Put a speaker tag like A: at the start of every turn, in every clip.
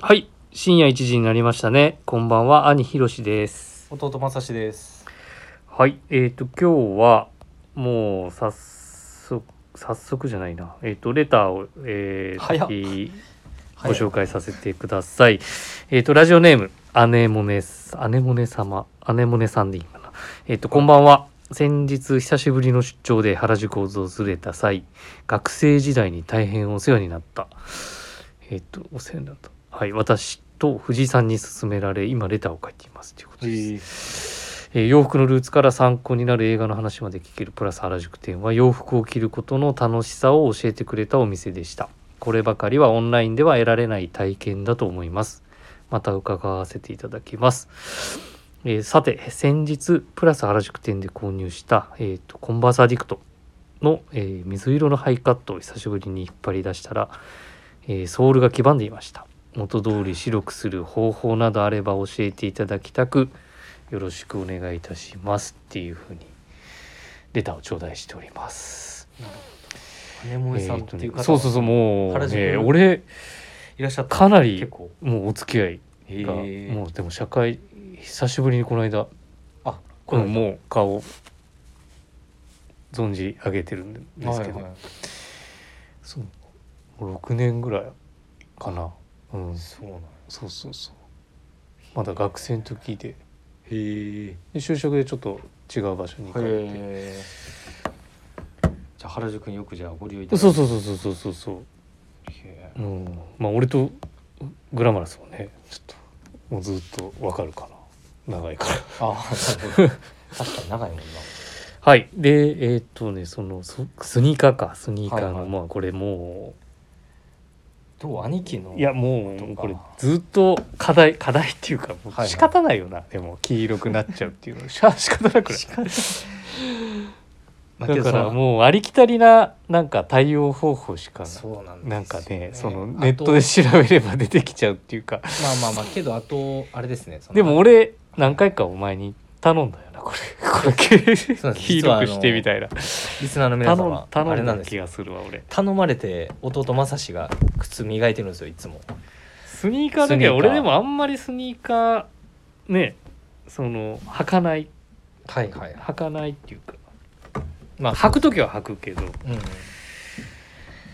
A: はい深夜1時になりましたねこんばんは兄ひろしです
B: 弟まさしです。
A: はいえっ、と今日はもう早速早速じゃないなえっ、とレターをえー、
B: 早っ
A: 先
B: は
A: ご
B: い
A: 紹介させてください、えっ、とラジオネームアネモネスアネモネ様アネモネさんでいいかなえっ、とこんばんは先日久しぶりの出張で原宿を訪れた際学生時代に大変お世話になったえっ、とお世話になったはい私と藤井さんに勧められ今レターを書いていますということ
B: え
A: です、え
B: ー
A: ー洋服のルーツから参考になる映画の話まで聞けるプラス原宿店は洋服を着ることの楽しさを教えてくれたお店でしたこればかりはオンラインでは得られない体験だと思いますまた伺わせていただきます、えーさて先日プラス原宿店で購入した、えーとコンバースアディクトの、えー水色のハイカットを久しぶりに引っ張り出したら、えーソールが黄ばんでいました元通り白くする方法などあれば教えていただきたくよろしくお願いいたしますっていうふうにレターを頂戴しております。
B: 羽森さん
A: え
B: っ
A: ーと
B: てい
A: ね
B: う方
A: そうそうそうもう、
B: 原宿
A: ね、俺
B: いらっしゃった
A: かなり
B: 結構
A: もうお付き合い
B: へ
A: が、
B: ー
A: もうでも社会久しぶりにこの間
B: あ
A: このもう顔存じ上げてるんですけど、
B: はいはい
A: そうもう6年ぐらいかな、うん、
B: そうなんや
A: そうそうそうまだ学生の時で
B: へえ
A: で就職でちょっと違う場所に行かれて
B: へえじゃあ原宿によくじゃあご利用いただいて
A: そうそうそうそうそうそうそう
B: へ
A: うんまあ俺とグラマラスもねちょっともうずっとわかるかな長いから
B: ーあーなるほど確かに長いもんな
A: はいでえーっとねそのそスニーカーかスニーカーの、
B: はいはい
A: まあこれも
B: どう兄貴の
A: ういやも
B: と
A: う
B: か
A: これずっと課題課題っていうかも
B: いは
A: う
B: い
A: 仕方ないよな、でも黄色くなっちゃうっていうのはしゃ 仕方なくない
B: まあけ
A: だ
B: ど
A: から
B: う
A: もうありきたりななんか対応方法しかない
B: そうなんですよ
A: なんかねそのネットで
B: あ
A: 調べれば出てきちゃうっていうか
B: とまあまあまあけどあとあれですねその
A: でも俺何回かお前に頼んだよな これこれ
B: そうなんです
A: 黄
B: 実
A: 色
B: はあ
A: く
B: の
A: してみたいな
B: リスナーの皆
A: 頼
B: 様
A: ん
B: あ
A: 頼
B: れ
A: ん
B: な
A: だ
B: んです
A: 気
B: よ
A: がするわ俺
B: 頼まれて弟まさしが靴磨いてるんですよいつも
A: スニーカーだ
B: ス
A: け
B: ニーカ
A: ど
B: ー
A: 俺でもあんまりスニーカーねその履かない
B: はいはい
A: 履かないっていうか
B: まあ
A: 履く時は履くけど
B: うん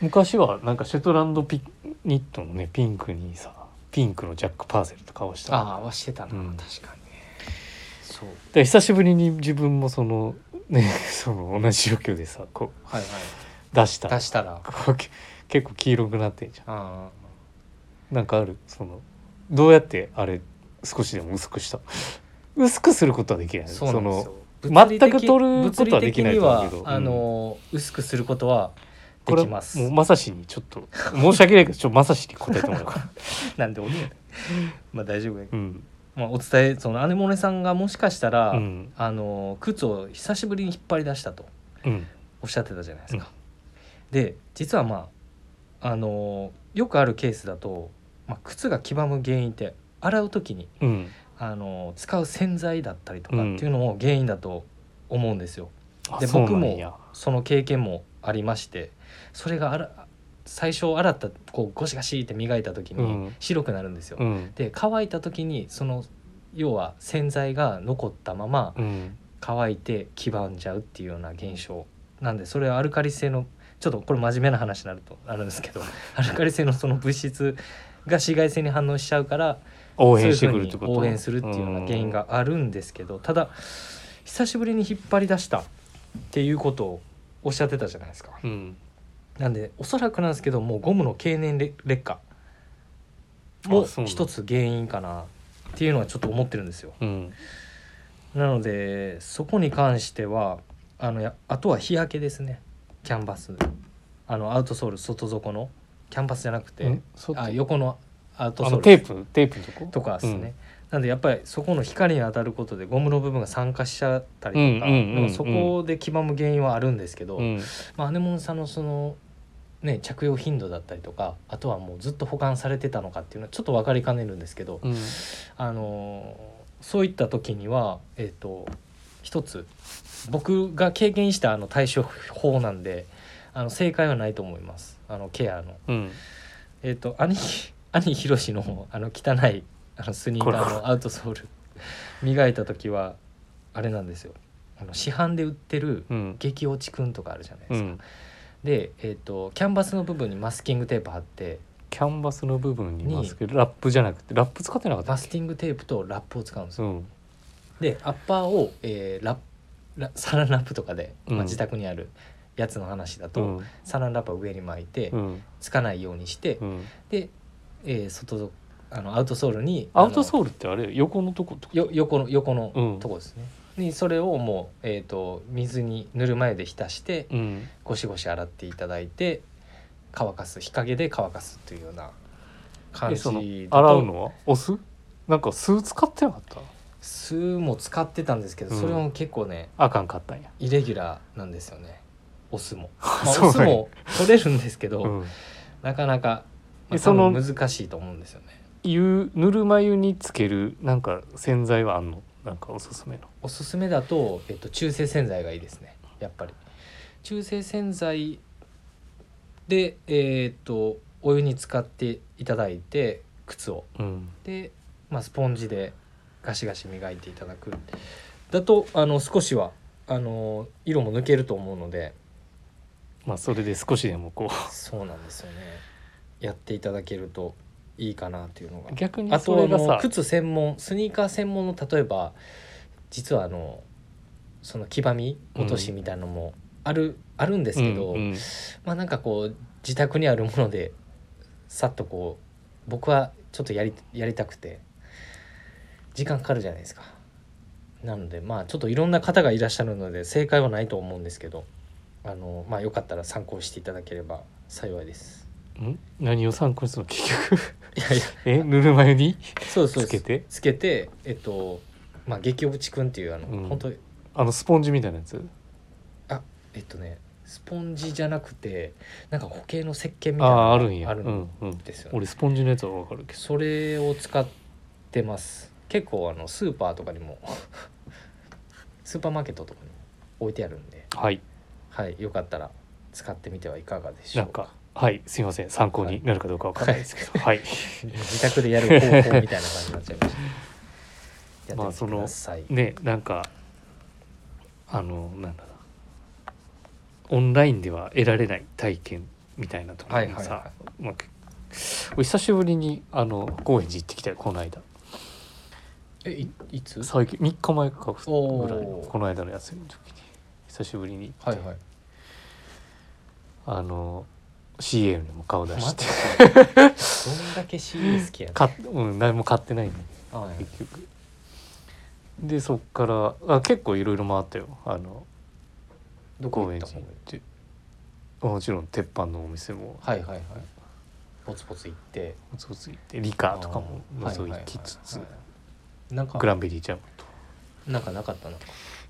A: 昔はなんかシェトランドピニットのねピンクにさピンクのジャックパーセルとかをした
B: ああはしてたな、
A: うん
B: 確かにそう
A: で久しぶりに自分もそのねその同じ状況でさこう
B: はい
A: 出した
B: 出したら
A: こうけ結構黄色くなってんじゃん
B: あ
A: なんかあるそのどうやってあれ少しでも薄くした 薄くすることはできない
B: あ
A: ね
B: そうなんですよ
A: の
B: 物理的
A: 全く取ることはできないと思うけど
B: 物理的にはあの薄くすることは
A: こ
B: で
A: れ
B: き
A: は
B: ます
A: もうまさしにちょっと申し訳ないけどちょっとまさしに答えてもらおう かな
B: なんでおね まあ大丈夫やけど
A: うん
B: まあお伝えその姉もねさんがもしかしたら、
A: うん
B: あの靴を久しぶりに引っ張り出したと
A: うん
B: おっしゃってたじゃないですか、で実はまああのよくあるケースだと、まあ、靴が黄ばむ原因って洗う時に
A: うん
B: あの使う洗剤だったりとか
A: うん
B: っていうのも原因だと思うんですよ。
A: あ
B: で
A: そう
B: 僕
A: なんや
B: もその経験もありましてそれがあら最初洗ったこうゴシゴシって磨いた時
A: う
B: に
A: ん
B: 白くなるんですよ。
A: うん
B: で乾いた時にその要は洗剤が残ったまま
A: うん
B: 乾いて黄ばんじゃうっていうような現象なんでそれはアルカリ性のちょっとこれ真面目な話になるとあるんで すけどアルカリ性のその物質が紫外線に反応しちゃうから
A: 応
B: そうい
A: 援
B: う
A: して
B: ふう
A: くるっ
B: に
A: てこと
B: 応援するっていうような原因があるんですけどただ久しぶりに引っ張り出したっていうことをおっしゃってたじゃないですか
A: うん
B: なんでおそらくなんですけどもうゴムの経年劣劣化も
A: あそうなんだ
B: 一つ原因かなっていうのはちょっと思ってるんですよ
A: うん
B: なのでそこに関してはあのやあとは日焼けですねキャンバスあのアウトソール外底のキャンバスじゃなくて
A: ん外
B: あ横のアウト
A: あの
B: ソール
A: テープテープのとこと
B: かですね、なんでやっぱりそこの光に当たることでゴムの部分が酸化しちゃったりとか、
A: うんうんうんうん
B: でもそこで黄ばむ原因はあるんですけど、
A: うん
B: まあ、アネモンさんのその、ね、着用頻度だったりとかあとはもうずっと保管されてたのかっていうのはちょっと分かりかねるんですけど、
A: うん
B: あのーそういった時には、えー、と一つ僕が経験したあの対処法なんであの正解はないと思いますあのケアの。
A: うん
B: えっ、と兄貴兄ひろしのあの汚いあのスニーカーのアウトソール 磨いた時はあれなんですよあの市販で売ってる
A: うん
B: 激落ちくんとかあるじゃないで
A: う
B: すか、
A: ん、
B: で、えー、とキャンバスの部分にマスキングテープ貼って
A: キャンバスの部分に
B: に
A: マスクラップじゃなくてラップ使ってなかった
B: マ
A: っ
B: スキングテープとラップを使うんです
A: け
B: よ、
A: うん
B: でアッパーを、えーラップラ サランラップとかで、ま
A: う
B: あ、
A: ん
B: 自宅にあるやつの話だ
A: う
B: と、
A: ん
B: サランラップを上に巻いて、
A: うん
B: つかないようにして、
A: うん
B: で、えー外ぞあのアウトソールに
A: アウト
B: ー
A: ソールってあれ横のとこと
B: ルよ横の横の
A: うん
B: とこですね、にそれをもう、えー、と水にぬるま湯で浸して
A: うん
B: ゴシゴシ洗っていただいて乾かす日陰で乾かすというような感
A: え
B: じだ
A: そ
B: と
A: の洗うのはお酢なんか酢使ってなかった
B: 酢も使ってたんですけど
A: うん
B: それも結構ね、
A: あかんかったんや、
B: イレギュラーなんですよねお 酢も、まあ、
A: そうなん
B: お酢
A: や
B: も取れるんですけど、
A: うん、
B: なかなか、まあ、
A: えそ
B: そ
A: の
B: の難しいと思うんですよね
A: 湯ぬるま湯につけるなんか洗剤はあんのなんかおすすめの
B: おすすめだと、えっと、中性洗剤がいいですねやっぱり中性洗剤でえーっとお湯に使っていただいて靴を
A: うん
B: で、まあ、スポンジでガシガシ磨いていただくだとあの少しはあの色も抜けると思うので
A: まあそれで少しでもこ
B: そうなんですよねやっていただけるといいかなっていうのが
A: う 逆に
B: あ
A: そ
B: とあ
A: れが
B: の
A: さ
B: 靴専門スニーカー専門の例えば実はあのその黄ばみ落としみたいなのもある,、あるんですけど、
A: うんうん
B: まあなんかこう自宅にあるものでさっとこう僕はちょっとやりやりたくて時間かかるじゃないですか。なのでまあちょっといろんな方がいらっしゃるので正解はないと思うんですけどあのまあよかったら参考していただければ幸いです。
A: ん何を参考にするの結局
B: いやいや
A: えぬるま湯に
B: そうですそうです
A: つけて
B: つけてえっとまあ激落ちくんっていうあの、
A: うん
B: 本当
A: あのスポンジみたいなやつ
B: えっとねスポンジじゃなくてなんか固形の石鹸みたいなの
A: あ
B: が
A: ああるんや
B: ある
A: うんうん
B: ですよね
A: 俺スポンジのやつはわかるけど
B: それを使ってます結構あのスーパーとかにも スーパーマーケットとかにも置いてあるんで
A: はい
B: はいよかったら使ってみてはいかがでしょ
A: なん
B: うか
A: かはいすいません参考になるかどうかわかんないですけどはい、
B: 自宅でやる方法みたいな感じになっちゃいましたやっ て
A: まあ
B: みて
A: そ
B: く
A: の
B: ださい、
A: ねなんかあのなんだろうオンラインでは得られない体験みたいなとこ
B: は
A: ろ
B: い
A: に
B: はい
A: さ、
B: は
A: まあけお久しぶりにあの高円寺行ってきたよこの間
B: いえいいつ
A: 最近3日前か
B: おー
A: ぐらいのこの間の休みの時に久しぶりに
B: はいはい
A: あの CA にも顔出して
B: どんだけ CD 好きやねん
A: 買っうん、何も買ってないんだ
B: はいはい
A: 結局でそっからあ結構いろいろ回ったよあの
B: ど
A: 高
B: こ行っ
A: 円
B: た
A: 寺行
B: の
A: ってもちろん鉄板のお店も
B: はいはいはいポツポツ行って
A: おつおつ行ってリカとかも覗きつつ
B: はいはいはいなん
A: グラ
B: か
A: ンベリージャムと
B: なんかなかったない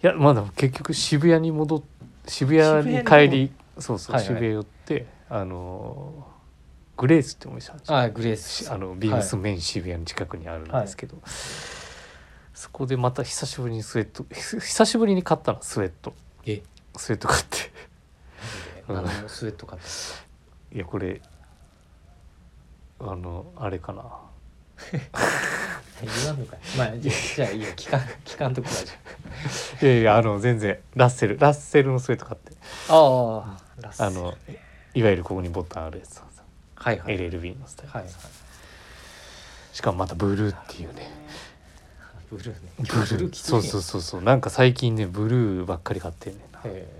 A: やまだ結局渋谷に戻っ渋谷に
B: 渋谷
A: 帰
B: に
A: りそうそう、
B: はいはい
A: 渋谷寄ってあのグレースってお店あるんですよ
B: ああグレース
A: あのビームスメイン渋谷の近くにあるんですけど、そこでまた久しぶりにスウェットひ久しぶりに買ったのスウェット
B: え
A: スウェット買って うん
B: マジで何のスウェット買った
A: いやこれあのあれかな
B: 言わんのかい まあじゃあじゃあいいよ聞かん聞かんとこだじ
A: いやいやあの全然ラッセルラッセルのスウェット買って
B: ゃああラッセル
A: あのいわゆるここにボタンあるやつなんですよ
B: はいはい
A: LLB のスタイル、
B: はいはい
A: しかもまたブルーっていうね
B: ブルーね
A: ブルー
B: 着て
A: そうそうそうそうなんか最近ねブルーばっかり買ってんねんな
B: へえ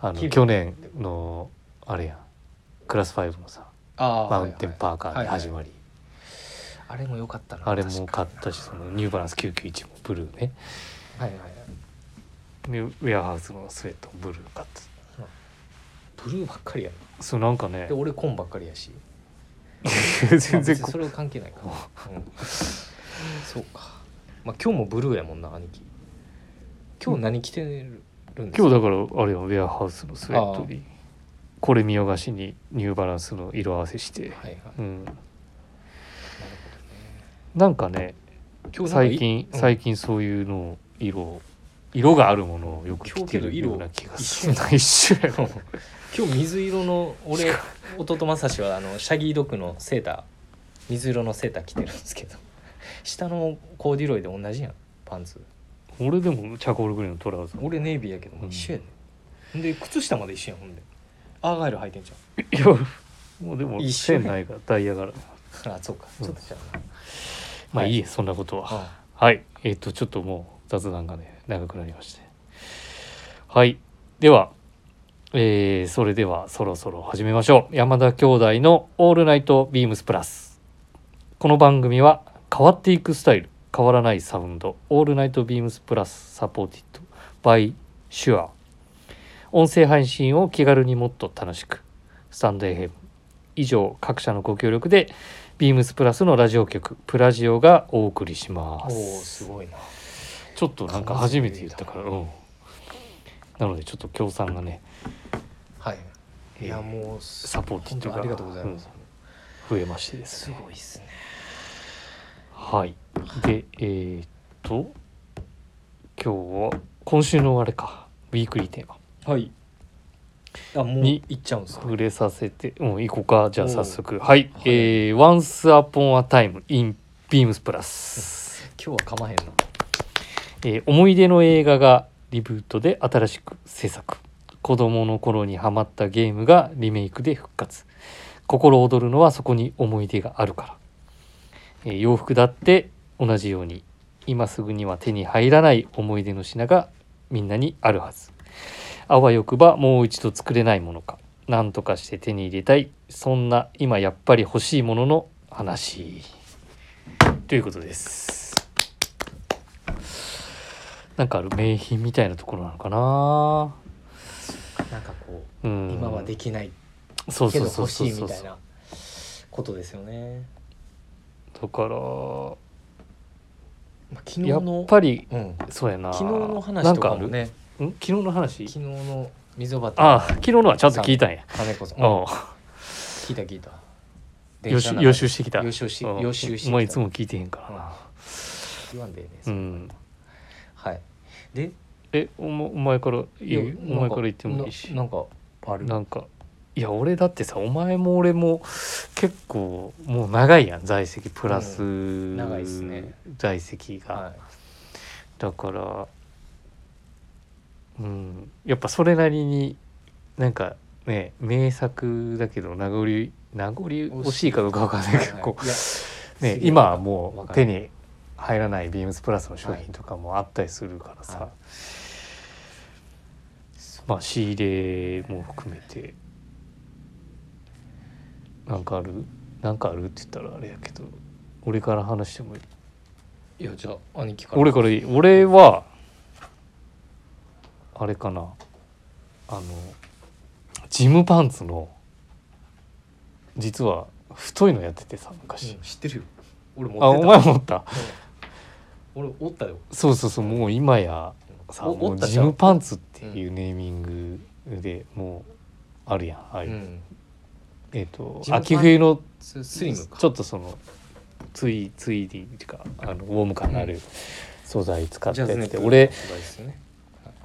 A: あ
B: 日
A: の
B: 々
A: 去年のあれやんクラス5のさ
B: ああ
A: マウンテンパーカー
B: はい
A: で
B: はい
A: 始まり、
B: あれも良かったな
A: あれも
B: 確
A: 買
B: か
A: ったしそのニューバランス991もブルーね
B: はいはいはい
A: でウェアハウスのスウェットもブルー買った
B: ブルーばっかりやな
A: そうなんかね
B: で俺紺ばっかりやし
A: 全然
B: まあ別にそれは関係ないか、うんそうかまあ今日もブルーやもんな兄貴今日何着てるんです
A: 今
B: か
A: 日だからあれよウェアハウスのスウェットにこれ見よがしにニューバランスの色合わせして、
B: はいはいなる
A: うん、
B: ほどね
A: なんかね
B: 今日なんかい
A: 最近、
B: うん
A: 最近そういうのを色を色があるものをよく着て
B: 今日けど
A: る
B: 色
A: ような気がするな一緒や ろ
B: 今日水色の俺弟正志はあのシャギードッグのセーター水色のセーター着てるんですけど下のコーデュロイで同じやんパンツ
A: 俺でもチャコールグレーのトラウザー
B: 俺ネイビーやけど
A: うん
B: 一緒やで、ほん、で靴下まで一緒やんほんでアーガイル履いてんじ
A: いやもうでも
B: 一緒や
A: 線ないからダイヤ柄
B: ゃんあそうかちょっとちゃうな、
A: まあ
B: はい
A: いいえそんなことは
B: あ
A: はいえっ、とちょっともう雑談がね長くなりましてはいではえーそれではそろそろ始めましょう山田兄弟の「オールナイトビームスプラス」この番組は変わっていくスタイル変わらないサウンド「オールナイトビームスプラス」サポーティッドバイシュア音声配信を気軽にもっと楽しくスタンド FM 以上各社のご協力でビームスプラスのラジオ局プラジオがお送りしま
B: お
A: す
B: おすごいな
A: ちょっとなんか初めて言ったからうんなのでちょっと協賛がね
B: はいい
A: え
B: や
A: ー
B: もうす
A: サポーティッドが
B: 本当ありがとうございます、
A: 増えましてです
B: すごいですね
A: はいでえー、っと今日は今週のあれかウィークリーテーマ
B: はいあもう
A: に
B: 行っちゃうんですか
A: 触れさせてうん行こうかじゃあ
B: おう
A: 早速はい、
B: はい
A: えー Once Upon a Time in Beams Plus
B: 今日は構へんな
A: えー思い出の映画がリブートで新しく制作子供の頃にハマったゲームがリメイクで復活心躍るのはそこに思い出があるから、えー洋服だって同じように今すぐには手に入らない思い出の品がみんなにあるはずあわよくばもう一度作れないものか何とかして手に入れたいそんな今やっぱり欲しいものの話ということですなんかある名品みたいなところなのかな
B: なんかこう、
A: うん
B: 今はできない
A: そう
B: け
A: そ
B: ど
A: うそう
B: 欲
A: そ
B: し
A: う
B: い
A: そ
B: み
A: う
B: たいなことですよね、
A: だから
B: まあ、昨日
A: や
B: の
A: っぱり
B: うん、
A: そうやな
B: 昨日の話とかも
A: なんか
B: ね
A: あるん昨日の話
B: 昨日の溝端
A: ああ昨日のはちゃんと聞いたんや
B: 金子さん、うん
A: あ
B: 聞いた聞いた
A: あ
B: 電
A: 予
B: 車
A: 習
B: の中で
A: 予習してきた
B: 予習し
A: うん
B: 予習してきた
A: お前いつも聞いてへんからな
B: 言わんでええね
A: う
B: それ
A: ん
B: はいで
A: えおもお前から言
B: いうや
A: お前から言ってもいいし
B: ななんかある
A: なんかいや俺だってさお前も俺も結構もう長いやん在籍プラス、
B: 長いっすね
A: 在籍が、
B: は
A: だからうんやっぱそれなりになんかね名作だけど名残名残惜しいかどうかわかん
B: い、
A: な
B: はいい
A: けど、こう
B: いや
A: ね
B: すげえ
A: 今はも
B: わ
A: う
B: か
A: 手
B: る
A: に入らないビームスプラスの商
B: はい
A: 品とかもあったりするからさ、
B: はい
A: まあ仕入れも含めてなんかあるなんかあるって言ったらあれやけど俺から話してもいい
B: いやじゃあ兄貴から
A: 俺からいい俺はあれかなあのジムパンツの実は太いのやっててさ昔、
B: うん知ってるよ俺持ってた
A: あお前持った
B: うん俺おったよ
A: そうそうそうもう今やさ
B: お
A: も
B: おっ
A: う
B: た
A: ジ
B: じゃん
A: ムパンツっていうネーミングでもうあるやんああいうう、
B: ん
A: えっ、と
B: ジムパン
A: 秋冬の
B: ススリムか
A: ちょっとそのツイツイディっていうかあのウォーム感のある素材使った
B: ジャ
A: や
B: ズネ
A: つ
B: ッ
A: で
B: ト
A: 俺
B: の素材ですよね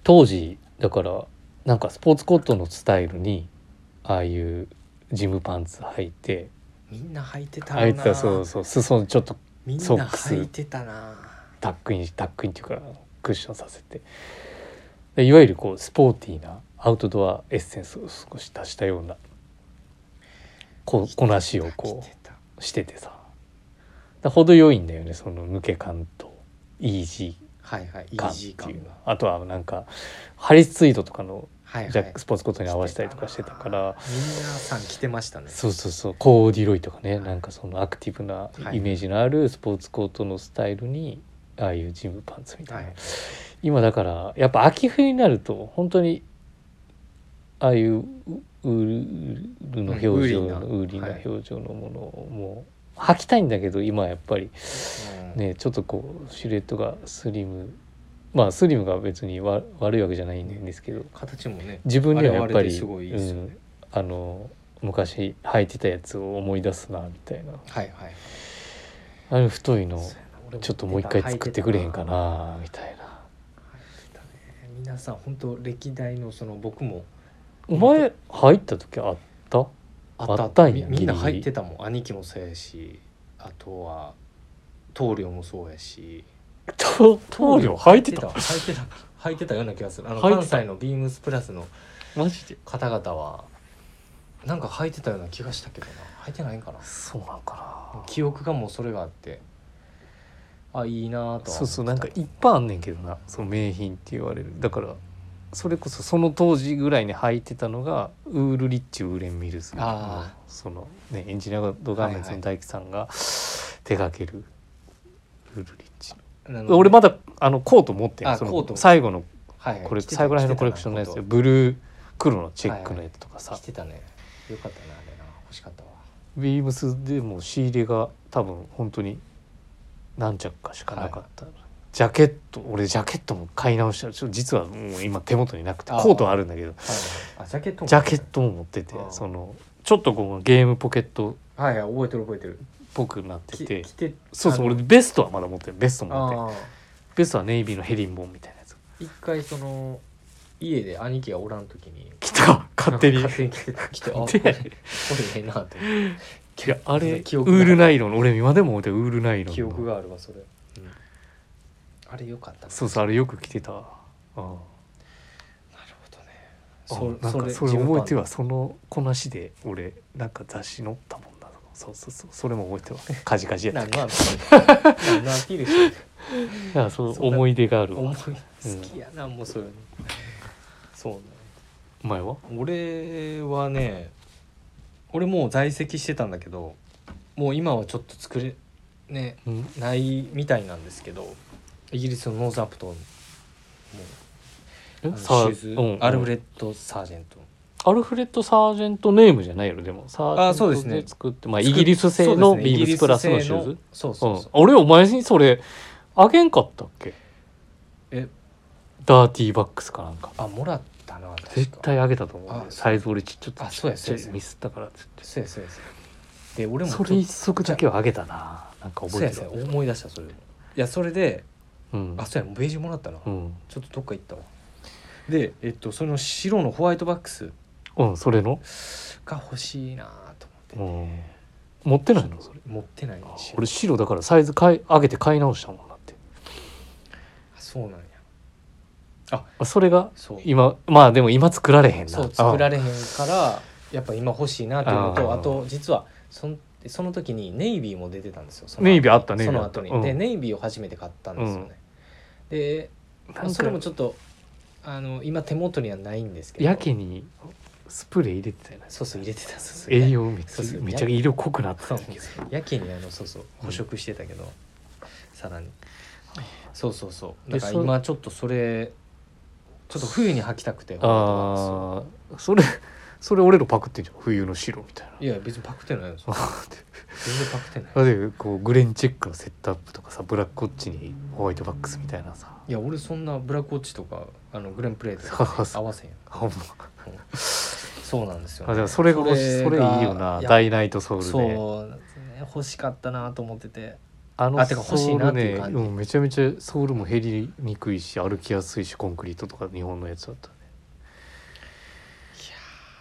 A: 当時だからなんかスポーツコットンのスタイルにああいうジムパンツ履いて
B: みんな履いてた
A: あ
B: よ
A: いつ
B: な
A: はそうそう裾にちょっと
B: みんな
A: ソックス
B: 履いてたな
A: タックインタックインっていうかクッションさせてでいわゆるこうスポーティーなアウトドアエッセンスを少し足したようなここなしをこ
B: 着てた
A: うしててさだ程よいんだよねその抜け感とイージ
B: はいはいイ
A: ー感
B: ー
A: っ
B: ジー
A: てい
B: 感
A: うの
B: が
A: あとはなんかハリスツイードとかの
B: はいはい
A: ジャックスポーツコットンに合わせたりとかしてたから。
B: みんなさん着てましたね
A: そうそうそうコーディロイとかねなんかそのアクティブな
B: はい
A: イメージのあるスポーツコートのスタイルにああいうジムパンツみた
B: はい
A: な、
B: い
A: 今だからやっぱ秋冬になると本当にああいうウウールの表情の
B: うん
A: ウ
B: ウ
A: ー
B: ー
A: リー
B: リーな
A: な表情のものをもう履きたいんだけど今はやっぱり
B: うん
A: ねちょっとこうシルエットがスリムまあスリムが別にわ悪いわけじゃないんですけど
B: 形もね
A: 自分にはやっぱ
B: あれはあれで
A: り
B: すごいいいですよね
A: うん、あの昔履いてたやつを思い出すなみたいな
B: はいはい
A: あれ太いの
B: そうやな俺
A: ちょっともう一回作ってくれへんかなみたいな
B: 履いてたね皆さん本当歴代のその僕も
A: お前入った時あった
B: あった
A: あったんや
B: みみんな
A: ギリギリ
B: 履いてたもん兄貴もそうやしあとは棟梁もそうやし
A: と棟梁履いてた
B: 履いてた履いてたような気がするあの
A: 履いてた
B: 関西のビームスプラスの
A: マジで
B: 方々はなんか履いてたような気がしたけどな履いてないんかな
A: そうなんかな
B: 記憶がもうそれがあってあいいなぁとは思ってた
A: そうそうなんかいっぱいあんねんけどなその名品って言われるだからそれこそその当時ぐらいに履いてたのがウールリッチ・ウーレン・ミルズの
B: あ
A: その、ね、エンジニアドガーメンツの大樹さんが手掛けるウールリッチ
B: なので
A: の俺まだあのコート持ってん
B: あ
A: その
B: コート
A: 最後の
B: はいはい
A: これ
B: 着てた
A: 最後ら辺のコレクションのやつよブルー黒のチェックのやつとかさ、
B: 着てたねよかったなあれな欲しかったわ
A: ビームスでも仕入れが多分本当に何着かしかなかった、ジャケット俺ジャケットも買い直したちょ実はもう今手元になくて
B: あー
A: コートはあるんだけど
B: はいはいあジャケットも
A: ジャケットも持ってて
B: あー
A: そのちょっとこうゲームポケットっ
B: はいはい覚えてる覚えてる
A: ぽくなって
B: き
A: て
B: 着て
A: そうそう
B: あ
A: 俺
B: の
A: ベストはまだ持ってるベストも持ってる
B: あ
A: ベストはネイビーのヘリンボーンみたいなやつ
B: ー一回その家で兄貴がおらん時に
A: 来た勝手に
B: 勝手に着て着てあ これ
A: で
B: これええ なって
A: いやあれウ
B: 記憶が
A: ールナイロン俺今でも思ってるウールナイロンの
B: 記憶があるわそれ、
A: うん
B: あれよかったな
A: そうそうあれよく着てたあー
B: なる
A: あ
B: ほどね
A: なんかそれ覚えてはそのこなしで俺なんか雑誌載ったもんなそうそうそうそれも覚えてはカジカジやったっ
B: 何のアピール何のアピールしてる
A: けあそう
B: そんな
A: 思い出がある
B: 思
A: わ
B: い好きやな、もうそういうのそうね
A: お前は
B: 俺はね俺もう在籍してたんだけどもう今はちょっと作れね
A: うん
B: ないみたいなんですけどイギリスのノーザンプトンもあ
A: え
B: のシ
A: サー
B: ューズ、
A: うんうん
B: アルフレッド・サージェント
A: アルフレッド・サージェントネームじゃないよねでもサー
B: あ
A: ジ
B: そ
A: ェ
B: う
A: ン
B: です
A: ト
B: ね
A: で作ってまあイギリス製のビームスプラスのシューズ、
B: そう
A: う
B: そうそ
A: ん
B: う、
A: 俺お前にそれあげんかったっけ
B: え
A: ダーティーバックスかなんか
B: あもらったな確か
A: 絶対あげたと思う
B: あ
A: ねサイズ俺ちちょっと
B: あそうや
A: ちっ
B: そう
A: ちゃ
B: や
A: いミスったからっつって
B: そうやそうやそうやで俺もちょ
A: そ
B: っと
A: れ一足だけはあげたななんか
B: そう
A: 覚え
B: や
A: て
B: そう
A: る
B: や思い出したそれをいやそれで
A: うん
B: あそうやベージュもらったな、
A: うん
B: ちょっとどっか行ったわでえっとその白のホワイトバックス
A: うん、それの、
B: が欲しいなと
A: う
B: 思って
A: ん
B: ね、
A: 持ってないのそれ
B: 持ってないんですよ
A: 俺白だからサイズ買い上げて買い直したもんだって
B: あそうなんや
A: あそれが
B: そう
A: 今まあでも今作られへんな
B: そう作ら
A: れ
B: れへんからやっぱ今欲しいなっていうのと
A: あ
B: あ
A: ー
B: と実はそんその時にネイビーも出てたんですよその後
A: ネイビーあったネイ
B: そ
A: ビー
B: の
A: あった
B: 後に、
A: うん
B: でネイビーを初めて買ったんですよね、でまあそれもちょっとあの今手元にはないんですけど
A: やけにスプレー入れてたよね
B: そうそう入れてたそうそう
A: 栄養めっ
B: そう
A: ち
B: そ
A: ゃ
B: う
A: めっちゃ色濃くなってたんだけど
B: やけにあのそうそう捕食してたけど、さらにそうそうそう
A: で
B: だから
A: そ
B: 今ちょっとそれちょっと冬に履きたくて
A: ああそれそれ俺らパクってんじゃん冬の白みたい ない
B: や別にパクってないですよ全然パクってない
A: だってこうグレンチェックのセットアップとかさブラックウォッチにホワイトバックスみたいなさ
B: いや俺そんなブラックウォッチとかあのグレンプレートとか合わせんよ
A: あ ほんま
B: そうなんですよ、
A: あ
B: ね、
A: でもそれが欲しいそれいいよ
B: や
A: なダイナイトソウルで
B: そうなんですね欲しかったなと思ってて
A: あの
B: あてか欲しいなっていう
A: ソー
B: 感
A: ル
B: じ
A: ね、うん、めちゃめちゃソールも減りにくいし歩きやすいしコンクリートとか日本のやつだったね、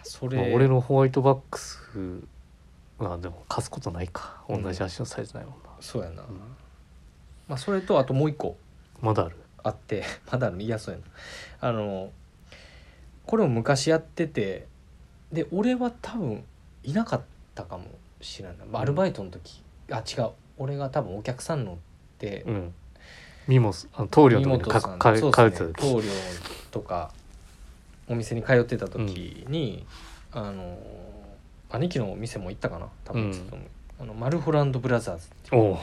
B: そ
A: まあ
B: れ
A: 俺のホワイトバックスまあでも貸すことないか同じ足のサイズないもんな、
B: そうやな、
A: うん
B: まあ、それとあともう一個
A: まだある
B: あって まだあるいやそうやなあのこれを昔やっててで俺は多分いなかったかもしれない、まあ
A: うん
B: アルバイトの時、あ違う俺が多分お客さん乗って
A: うんミモスあの棟梁
B: 荷
A: の
B: 物
A: と
B: さ
A: か
B: ん
A: か
B: そう
A: か
B: っ
A: かれて
B: す
A: た
B: ね
A: 時
B: 棟梁とかお店に通ってた時に、あの兄貴のお店も行ったかな多分、
A: うん
B: ちょっとあのマルホランドブラザーズっていう
A: お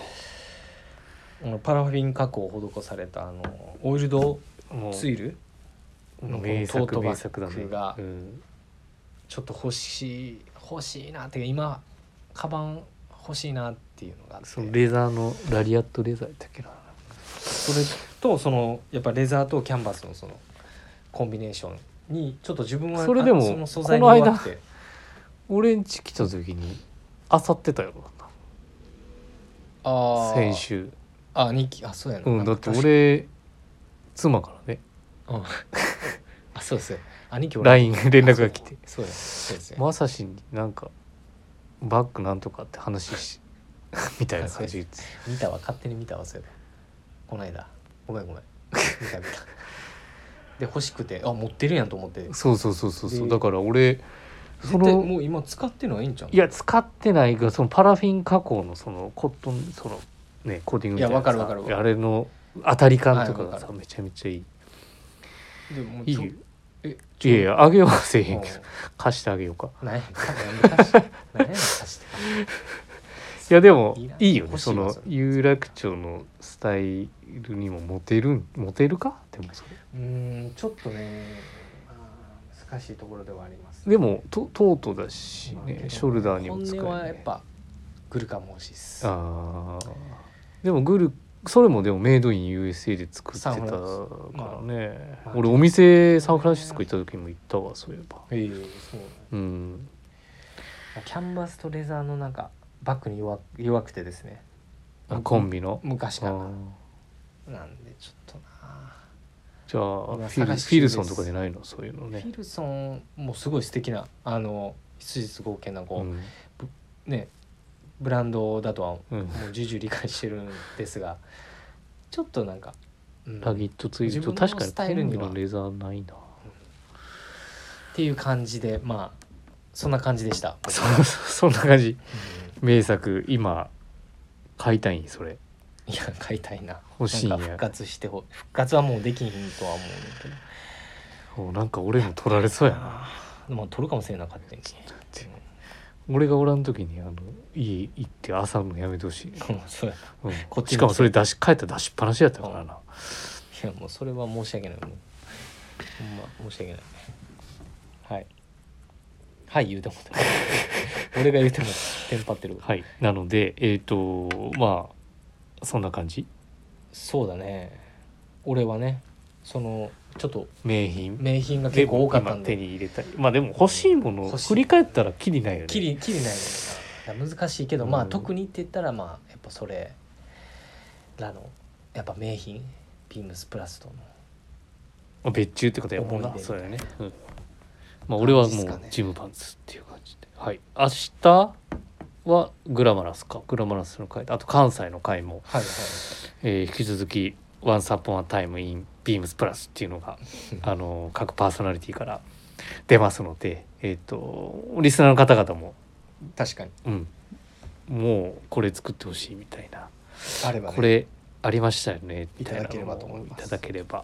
B: あのパラフィン加工を施されたあのオイルド
A: おも
B: ツイル
A: う
B: の
A: 名
B: このトー
A: 作
B: トバッグ
A: 名作だね
B: が
A: うん、
B: ちょっと欲しい欲しいなっていうか今カバン欲しいなっていうのがあって
A: そ
B: そ
A: の
B: れ
A: レザーのラリアットレザーやったっけな
B: とそのやっぱレザーとキャンバスのそのコンビネーションにちょっと自分は
A: それでも
B: あその素材に
A: この間
B: 弱くて
A: 俺ん家来た時にあさってたよ
B: あー
A: 先週
B: あ日記あそうやな,、
A: うんだって
B: 確か
A: 俺妻からね
B: うん あそうですよ兄貴俺
A: LINE 連絡が来て
B: そうそうやそうですね、
A: まさしになんかバッグなんとかって話し みたいな感じです
B: 見たわ勝手に見たわそれこないだごめんごめん見た見たで欲しくてあ持ってるやんと思って
A: そうそうそうそうそう
B: で
A: だから俺そ
B: 絶対
A: の
B: もう今使ってないんじゃん
A: いや使ってないがそのパラフィン加工のそのコットンそのねコーティングみたいなさ
B: いやわかるわかる
A: あれの当たり感とか
B: は
A: が
B: いわ
A: さ
B: か
A: めちゃめちゃいい
B: でも
A: いい
B: ちょ
A: よ
B: え
A: いやいやあげはせえへんけど貸してあげようか
B: 何やねん貸して何やねん貸して
A: いやでも
B: いいない
A: いよね
B: 欲しい
A: そ
B: わ
A: の
B: それ
A: 有楽町のスタイルにもモテるんモテるかでもそれ
B: うーんちょっとねあー難しいところではあります
A: でもトトートだし
B: まあけ
A: ね
B: ど
A: ショルダーにも使え
B: 本音はや
A: る、
B: っ
A: ね、
B: ぱグルカも欲しいっす
A: あーでもグルそれもでもメイドイン USA で作ってた
B: サ
A: か
B: ンフラン
A: らね、
B: まあ
A: 俺お店サンフランシスコ行った時も行ったわそういえば
B: ええそう
A: うん
B: キャンバスとレザーのなんかバッグに弱弱くてですね
A: あコンビの
B: 昔から
A: あー
B: なんでちょっとな
A: じゃあ
B: 今
A: フィル
B: 探し
A: フィ
B: 中で
A: ル
B: す
A: ソンとかでないのそういうのね
B: フィルソンもすごい素敵なあの質実剛健なこう、
A: うん
B: ねブランドだとはも
A: うん
B: う重々理解してるんですがちょっとなんか、うん
A: ラギットついてると
B: 自分の
A: 確かに
B: スタイ
A: コ
B: ル
A: ン
B: に
A: ビ
B: は
A: のレザーないな
B: っていう感じでまあそんな感じでした、
A: そそそんな感じ名作今買いたいんそれ
B: うんいや買いたいな
A: 欲しいんや
B: なんか復活してほ復活はもうできひんとは思うねんだけど
A: おなんか俺も取られそうやな
B: でも取るかもしれなかった
A: だ
B: んけ
A: って俺がおらん時にあの家行って朝のやめてほしい、
B: うんそうや
A: うん
B: こっちに
A: しかもそれ出し帰ったら出しっぱなしやったからな、
B: いやもうそれは申し訳ないもうほんま申し訳ないはいはい言うてもうた俺が言うてもうたテンパってる
A: はいなのでえっ、とまあそんな感じ
B: そうだね俺はねそのちょっと
A: 名品
B: 名品が結構多かったん
A: 今手
B: で
A: に入れたいまあでも欲しいもの
B: 欲しい
A: 振り返ったらきりないよね
B: きりきりないよねだから難しいけど、まあ
A: うん
B: 特にって言ったらまあやっぱそれらのやっぱ名品ビームスプラスとの
A: まあ別注ってことやもんな
B: 思い出
A: そうやね、うんまあ俺はも
B: 感じっす
A: う
B: かね
A: ジムパンツっていう感じではい明日はグラマラスかグラマラスの回あと関西の回も、
B: はいはい
A: えー引き続き「ワンサポン t タイムインビームスプラスっていうのが あの各パーソナリティから出ますのでえっ、とリスナーの方々も
B: 確かに
A: うんもうこれ作ってほしいみたいな
B: あれば、ね、
A: これありましたよねみたいなの
B: いただければと思います
A: いただければ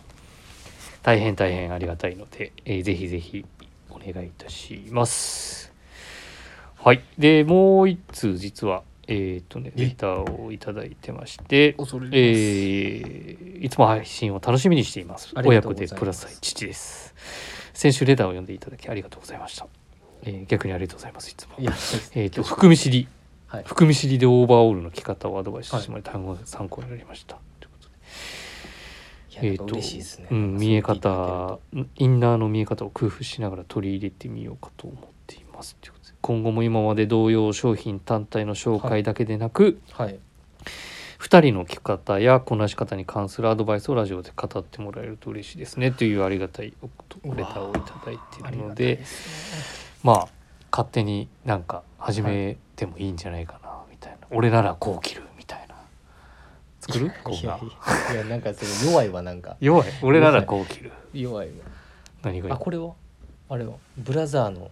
A: 大変大変ありがたいので、えーぜひぜひお願いいたしますはいでもう一通実はえーっとね
B: え
A: レターをいただいてまして
B: 恐れ入ります
A: えーいつも配信を楽しみにしています
B: あり
A: 親
B: がとう
A: 子
B: ござい
A: で
B: ます
A: プラス愛父です先週レターを読んでいただきありがとうございました、えー逆にありがとうございますいつも
B: いや
A: えーっと含み知り
B: はい
A: 含み知りでオーバーオールの着方をアドバイスしてもらい単語が参考になりました。ということで
B: いやなんか
A: ーと
B: 嬉しいですね、
A: うん、
B: なんかそう
A: 見
B: 言
A: え
B: っていただけ
A: 方
B: ると
A: インナーの見え方を工夫しながら取り入れてみようかと思っています。ということで今後も今まで同様商品単体の紹介だけでなく、
B: はい
A: 2人の着方やこなし方に関するアドバイスをラジオで語ってもらえると嬉しいですねというありがたいおレターをいただいているのでまあ勝手になんか始めてもいいんじゃないかなみたいな、俺ならこう着るみたいな作るこん
B: いや
A: ない
B: やいやなんかその弱いわなんか
A: 弱い俺ならこう着る
B: 弱いわ
A: 何がいい
B: あこれはあれはブラザーの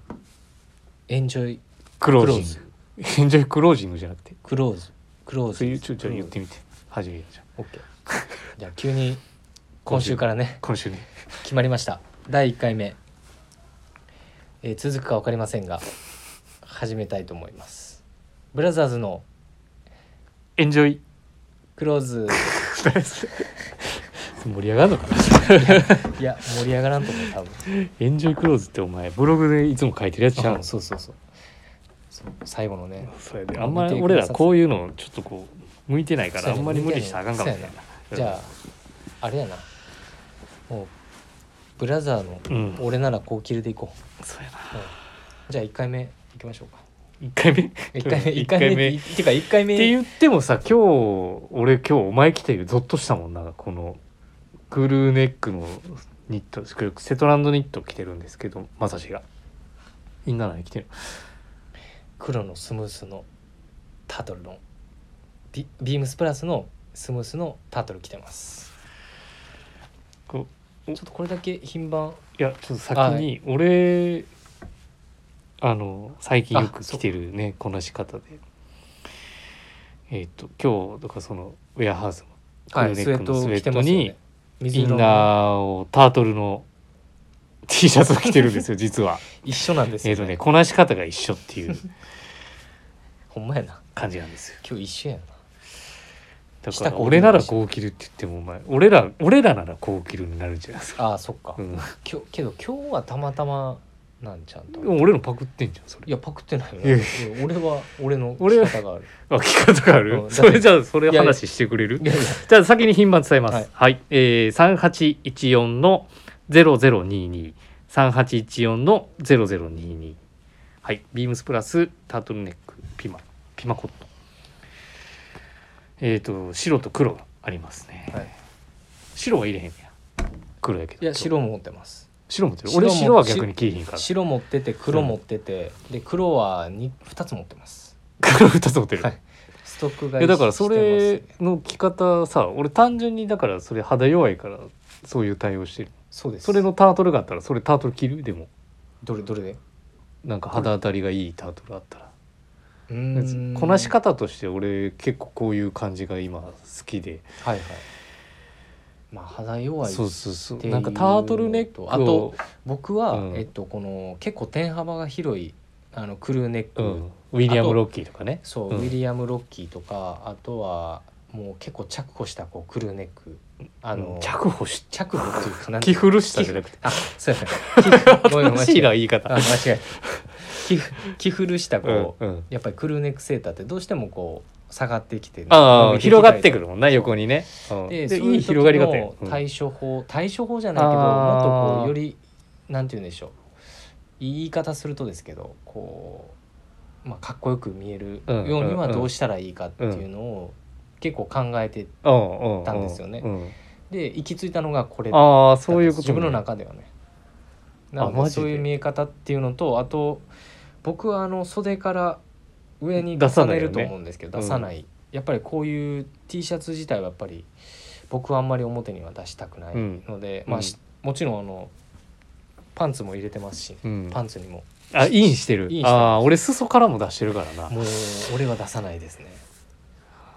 B: エンジョイ
A: クロージングエンジョイクロージングじゃなくて
B: クローズクローズ
A: そういうちょちょ
B: クロー
A: 言
B: ズ
A: ってみて初めてじゃん
B: オッケーじゃあ急に今週からね
A: 今週ね
B: 決まりました第1回目、えー続くか分かりませんが始めたいと思いますブラザーズの
A: エンジョ イ
B: クローズ
A: 盛り上がるのかない
B: や盛り上がらんと思う多分
A: エンジョイクローズってお前ブログでいつも書いてるやつじゃん
B: あそうそうそうそう最後のね
A: それであんまり俺らこういうのちょっとこう向いてないか
B: そ
A: ら
B: う
A: あ
B: やね
A: んまり無理したらあかんかもしれない
B: じゃああれやなもうブラザーの
A: うん
B: 俺ならこう切れでいこう、
A: あそうやな
B: じゃあ1回目いきましょうか
A: 1回目
B: 1回目
A: うん
B: 一回目
A: 一
B: って
A: っ
B: いうか1回目
A: て言ってもさ今日俺今日お前来てるゾッとしたもんなこのクルーネックのニットセトランドニット着てるんですけどまさしがみんな何着てる
B: 黒のスムースのタドルのビビームスプラスのスムースのタートル着てます
A: こ
B: ちょっとこれだけ品番
A: いやちょっと先に俺あの最近よく着てるねこなし方でえっ、と今日とかそのウェアハウスの
B: はい
A: ク
B: ス
A: ー
B: ウ
A: ルネッ
B: ェッ
A: クの
B: ト
A: スウェ
B: 着
A: ッ
B: て
A: ト
B: ますよ
A: に
B: ね
A: イ
B: 水
A: ン
B: 色の
A: ナーをタートルの T シャツを着てるんですよ実は。
B: 一緒なんです
A: え
B: よ、
A: っとねこなし方が一緒って いう
B: ほんまやな
A: 感じなんですよ。
B: 今日一緒やな
A: だ
B: し
A: か
B: た
A: ら
B: こと
A: 俺なら
B: ないし
A: こう着るって言ってもお前俺ら俺らならこう着るになるんじゃないですか。
B: あーそっか、
A: うん、
B: 今日けど今日はたまたまなんちゃんと
A: でも俺のパクってんじゃんそれ
B: い。やパクってないよ
A: いやい
B: いや俺は俺の
A: 俺は
B: 仕方がある
A: あ聞き方がある、
B: うん
A: それじゃあそれ
B: いやいや
A: 話してくれる
B: いやいや
A: じゃあ先に品番伝えます。は
B: はいい、
A: えー、3814の0022、3814の0022。はい、ビームスプラスタートルネックピマピマコットン。えっ、ー、と白と黒がありますね。
B: はい
A: 白は入れへんねや。黒やけど。
B: いや白も持ってます
A: 白もってる。
B: 白
A: 俺
B: も
A: 白は逆に着れへんから。
B: 白持ってて黒持ってて、で黒は 2, 二つ持ってます
A: 黒二つ持ってる。
B: はいいストック買
A: や
B: い
A: だからそ
B: して
A: れ
B: ますね
A: の着方さ俺単純にだからそれ肌弱いからそういう対応してる
B: そうです
A: それのタートルがあったらそれタートル着るでも
B: どれどれで
A: なんか肌当たりがいいタートルあったら
B: うーん
A: こなし方として俺結構こういう感じが今好きで
B: はいはいまあ肌弱い
A: そうそうそ
B: って
A: う
B: いう
A: なんかタートルネックを
B: あと僕は、
A: うん
B: えっとこの結構点幅が広いあのクルーネッ
A: う
B: ク、
A: ん、ウィリアム・ロッキーとかね
B: そう、
A: うん
B: ウィリアム・ロッキーとかあとはもう結構着補したこうクルーネックあの、
A: うん着補し
B: 着補っていうかなんて
A: 着古したじゃなくて
B: あそうや ねごめんごめ
A: 新
B: ん間
A: しい
B: 違
A: な
B: え
A: 言い
B: たあ
A: 方
B: 間違えた着古したこう、
A: うんうん
B: やっぱりクルーネックセーターってどうしてもこう下がってきて、
A: ああ広がってく
B: る
A: るもんな横にね、うん
B: で
A: で
B: そう
A: い
B: い
A: いう広がり
B: 時
A: 方よ
B: の、
A: うん
B: 対処法、対処法じゃないけども
A: あ
B: っ
A: ー
B: とこうよりなんて言うんでしょう言い方するとですけどこう、まあ、かっこよく見える
A: うん
B: ように
A: うん
B: は
A: うん
B: どうしたらいいかっていうのを結構考えて
A: うんうう
B: たんですよね
A: うん
B: で行き着いたのがこれだっ
A: ああ
B: た
A: そ
B: ん
A: うい
B: で
A: う
B: す
A: こと、
B: 自分の中ではね。な
A: あ
B: の
A: マ
B: で
A: ジで
B: そういう見え方っていうのとあと僕はあの袖から上に
A: 出さ
B: 重
A: ない
B: ね
A: よ
B: る
A: ね
B: と思うんですけど
A: うん
B: 出さないやっぱりこういう T シャツ自体はやっぱり僕はあんまり表には出したくない
A: うん
B: ので、
A: うん
B: まあ、しもちろんあのパンツも入れてますし、
A: うん、
B: パンツにも
A: あインしてる
B: インしてる
A: ああ俺裾からも出してるからな
B: もう俺は出さないですね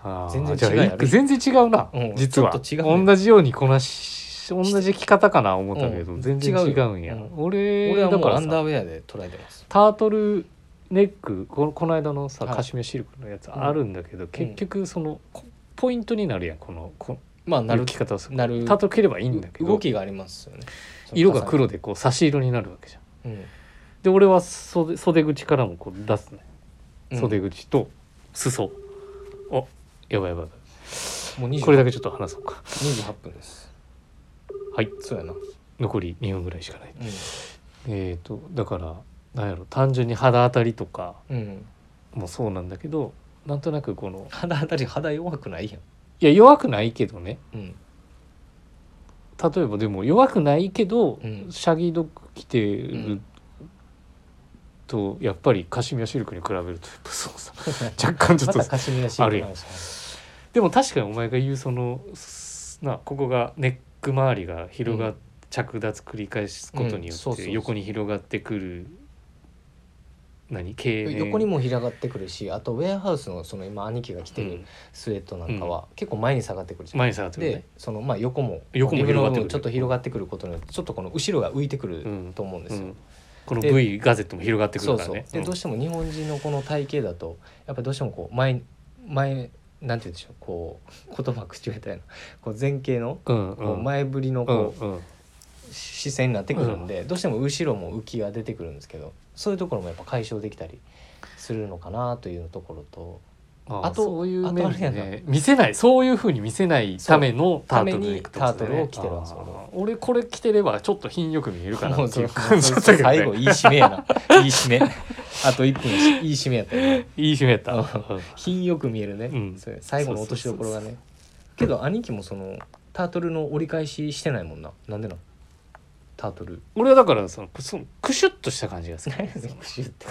A: あー
B: 全然違い
A: じゃあ
B: ある
A: 一句全然違うな、
B: うん
A: 実は
B: ちょっと違うね
A: 同じようにこなし同じ着方かな思ったけど、
B: うん
A: 全然違うんや、
B: 違うよ
A: 俺
B: 俺は
A: だ
B: も
A: か
B: うア
A: ら
B: ンダ
A: さ
B: ーウェアで捉えてます
A: タートルネックこのこの間のさ
B: はい
A: カシメシルクのやつあるんだけど、結局そのこポイントになるやんこのこ
B: まあな
A: の
B: る
A: 着方をする
B: なる
A: タートル着ればいいんだけど
B: 動きがありますよね
A: 色が黒でこう差し色になるわけじゃん
B: うん
A: で俺は袖袖口からもこう出すね
B: うん
A: 袖口と裾、あやばいやばいやば
B: もう
A: い
B: 28
A: これだけちょっと話そうか
B: 28分です
A: はい
B: そうやな、うん、
A: 残り2分ぐらいしかないえー、とだからなんやろ単純に肌当たりとか
B: うん、
A: もそうなんだけどなんとなくこの
B: 肌当たり肌弱くないや
A: い
B: ん、
A: や弱くないけどね
B: うん、
A: 例えばでも弱くないけど、
B: うん
A: シャギードッグ着て
B: う
A: る
B: ん
A: と、やっぱりカシミヤシルクに比べるとやっぱそうさ若干ちょっ
B: ま
A: と
B: たカシミヤシ
A: あるやんでも確かにお前が言うそのすなここがネック周りが広がっ、
B: うん
A: 着脱繰り返すことによ
B: うんそう
A: っ
B: そうそ
A: て
B: う
A: 横に広がってくる何経年
B: 横にも広がってくるしあとウェアハウスのその今兄貴が着
A: う
B: てる
A: ん
B: スウェットなんかは結構前に下がってくるじゃん、
A: 前に下がってくる
B: で
A: ね。
B: そのまあ横も
A: 横も
B: リブの
A: 広がってくる
B: 部分ちょっと広がってくることによってちょっとこの後ろが浮いてくると思うんですよ、
A: うんこの
B: で
A: V ガゼットも広がってく
B: そ
A: る
B: う
A: から
B: そう
A: ね。
B: でどう
A: し
B: しても日本人のこの体型だとやっぱりどうしてもこう前前なんて言うんでしょうこう言葉口下手やなこう前傾の
A: うんう
B: こうん前振りの
A: う
B: こ
A: ん
B: う
A: うん
B: 視線になってくるんで、どうしても後ろも浮きが出てくるんですけどそういうところもやっぱ解消できたりするのかなというところと
A: あ
B: あと
A: そういう面で
B: あとあれ
A: ね見せないそういうふうに見せないためのタートルネックってこと
B: ためにタートルを着てるんですよ
A: あー俺これ着てればちょっと品よく見えるかな
B: も
A: っていう
B: そ
A: 感じだ ったけどね
B: 最後いい締めやないい締めあと1分やしいい締めやったよね
A: いい締めやった
B: うん
A: うん
B: 品よく見えるね、
A: うん
B: それ最後の落としどころが
A: そう
B: ねけど兄貴もそのタートルの折り返ししてないもんななんでなんタートル
A: 俺はだからそのそのクシュッとした感じが好き
B: 何や ねんクシュって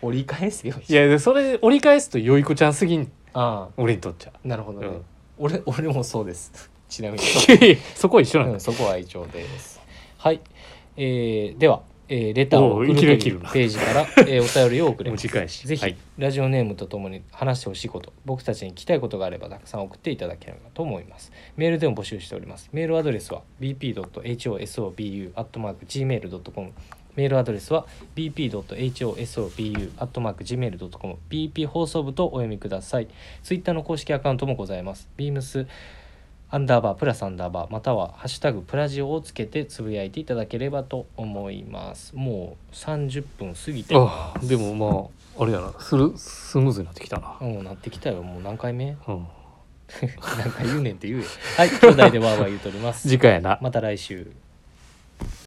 B: 折り返すよ
A: いやでそれ折り返すとよい子ちゃんすぎん
B: あ
A: 俺にとっ ちゃ。
B: あなるほどね、
A: うん
B: 俺俺もそうですちな みに
A: そこは一緒なん
B: う
A: だ
B: ん、。そこは以上です。はい、えー、では、えーレターを
A: おう
B: 送る
A: い
B: と
A: き
B: い
A: なり切る
B: う
A: な
B: ページから、えーお便りを送 れ
A: も
B: ま
A: う
B: す。
A: 次回し。
B: ぜひ、
A: はい
B: ラジオネームとともに話してほしいこと僕たちに聞きたいことがあればたくさん送っていただければと思いますメールでも募集しておりますメールアドレスは bp.hosobu.gmail.com メールアドレスは bp.hosobu.gmail.com bp 放送部とお読みくださいツイッターの公式アカウントもございますビームスアンダーバープラスアンダーバーまたは「ハッシュタグプラジオ」をつけてつぶやいていただければと思いますもう30分過ぎても
A: ああでもまああれやなするスムーズになってきたな。
B: うなってきたよもう何回目
A: う ん、
B: なんか言うねんって言うよ。はい、兄弟でわーわー言うとります。
A: 次回やな。
B: また来週。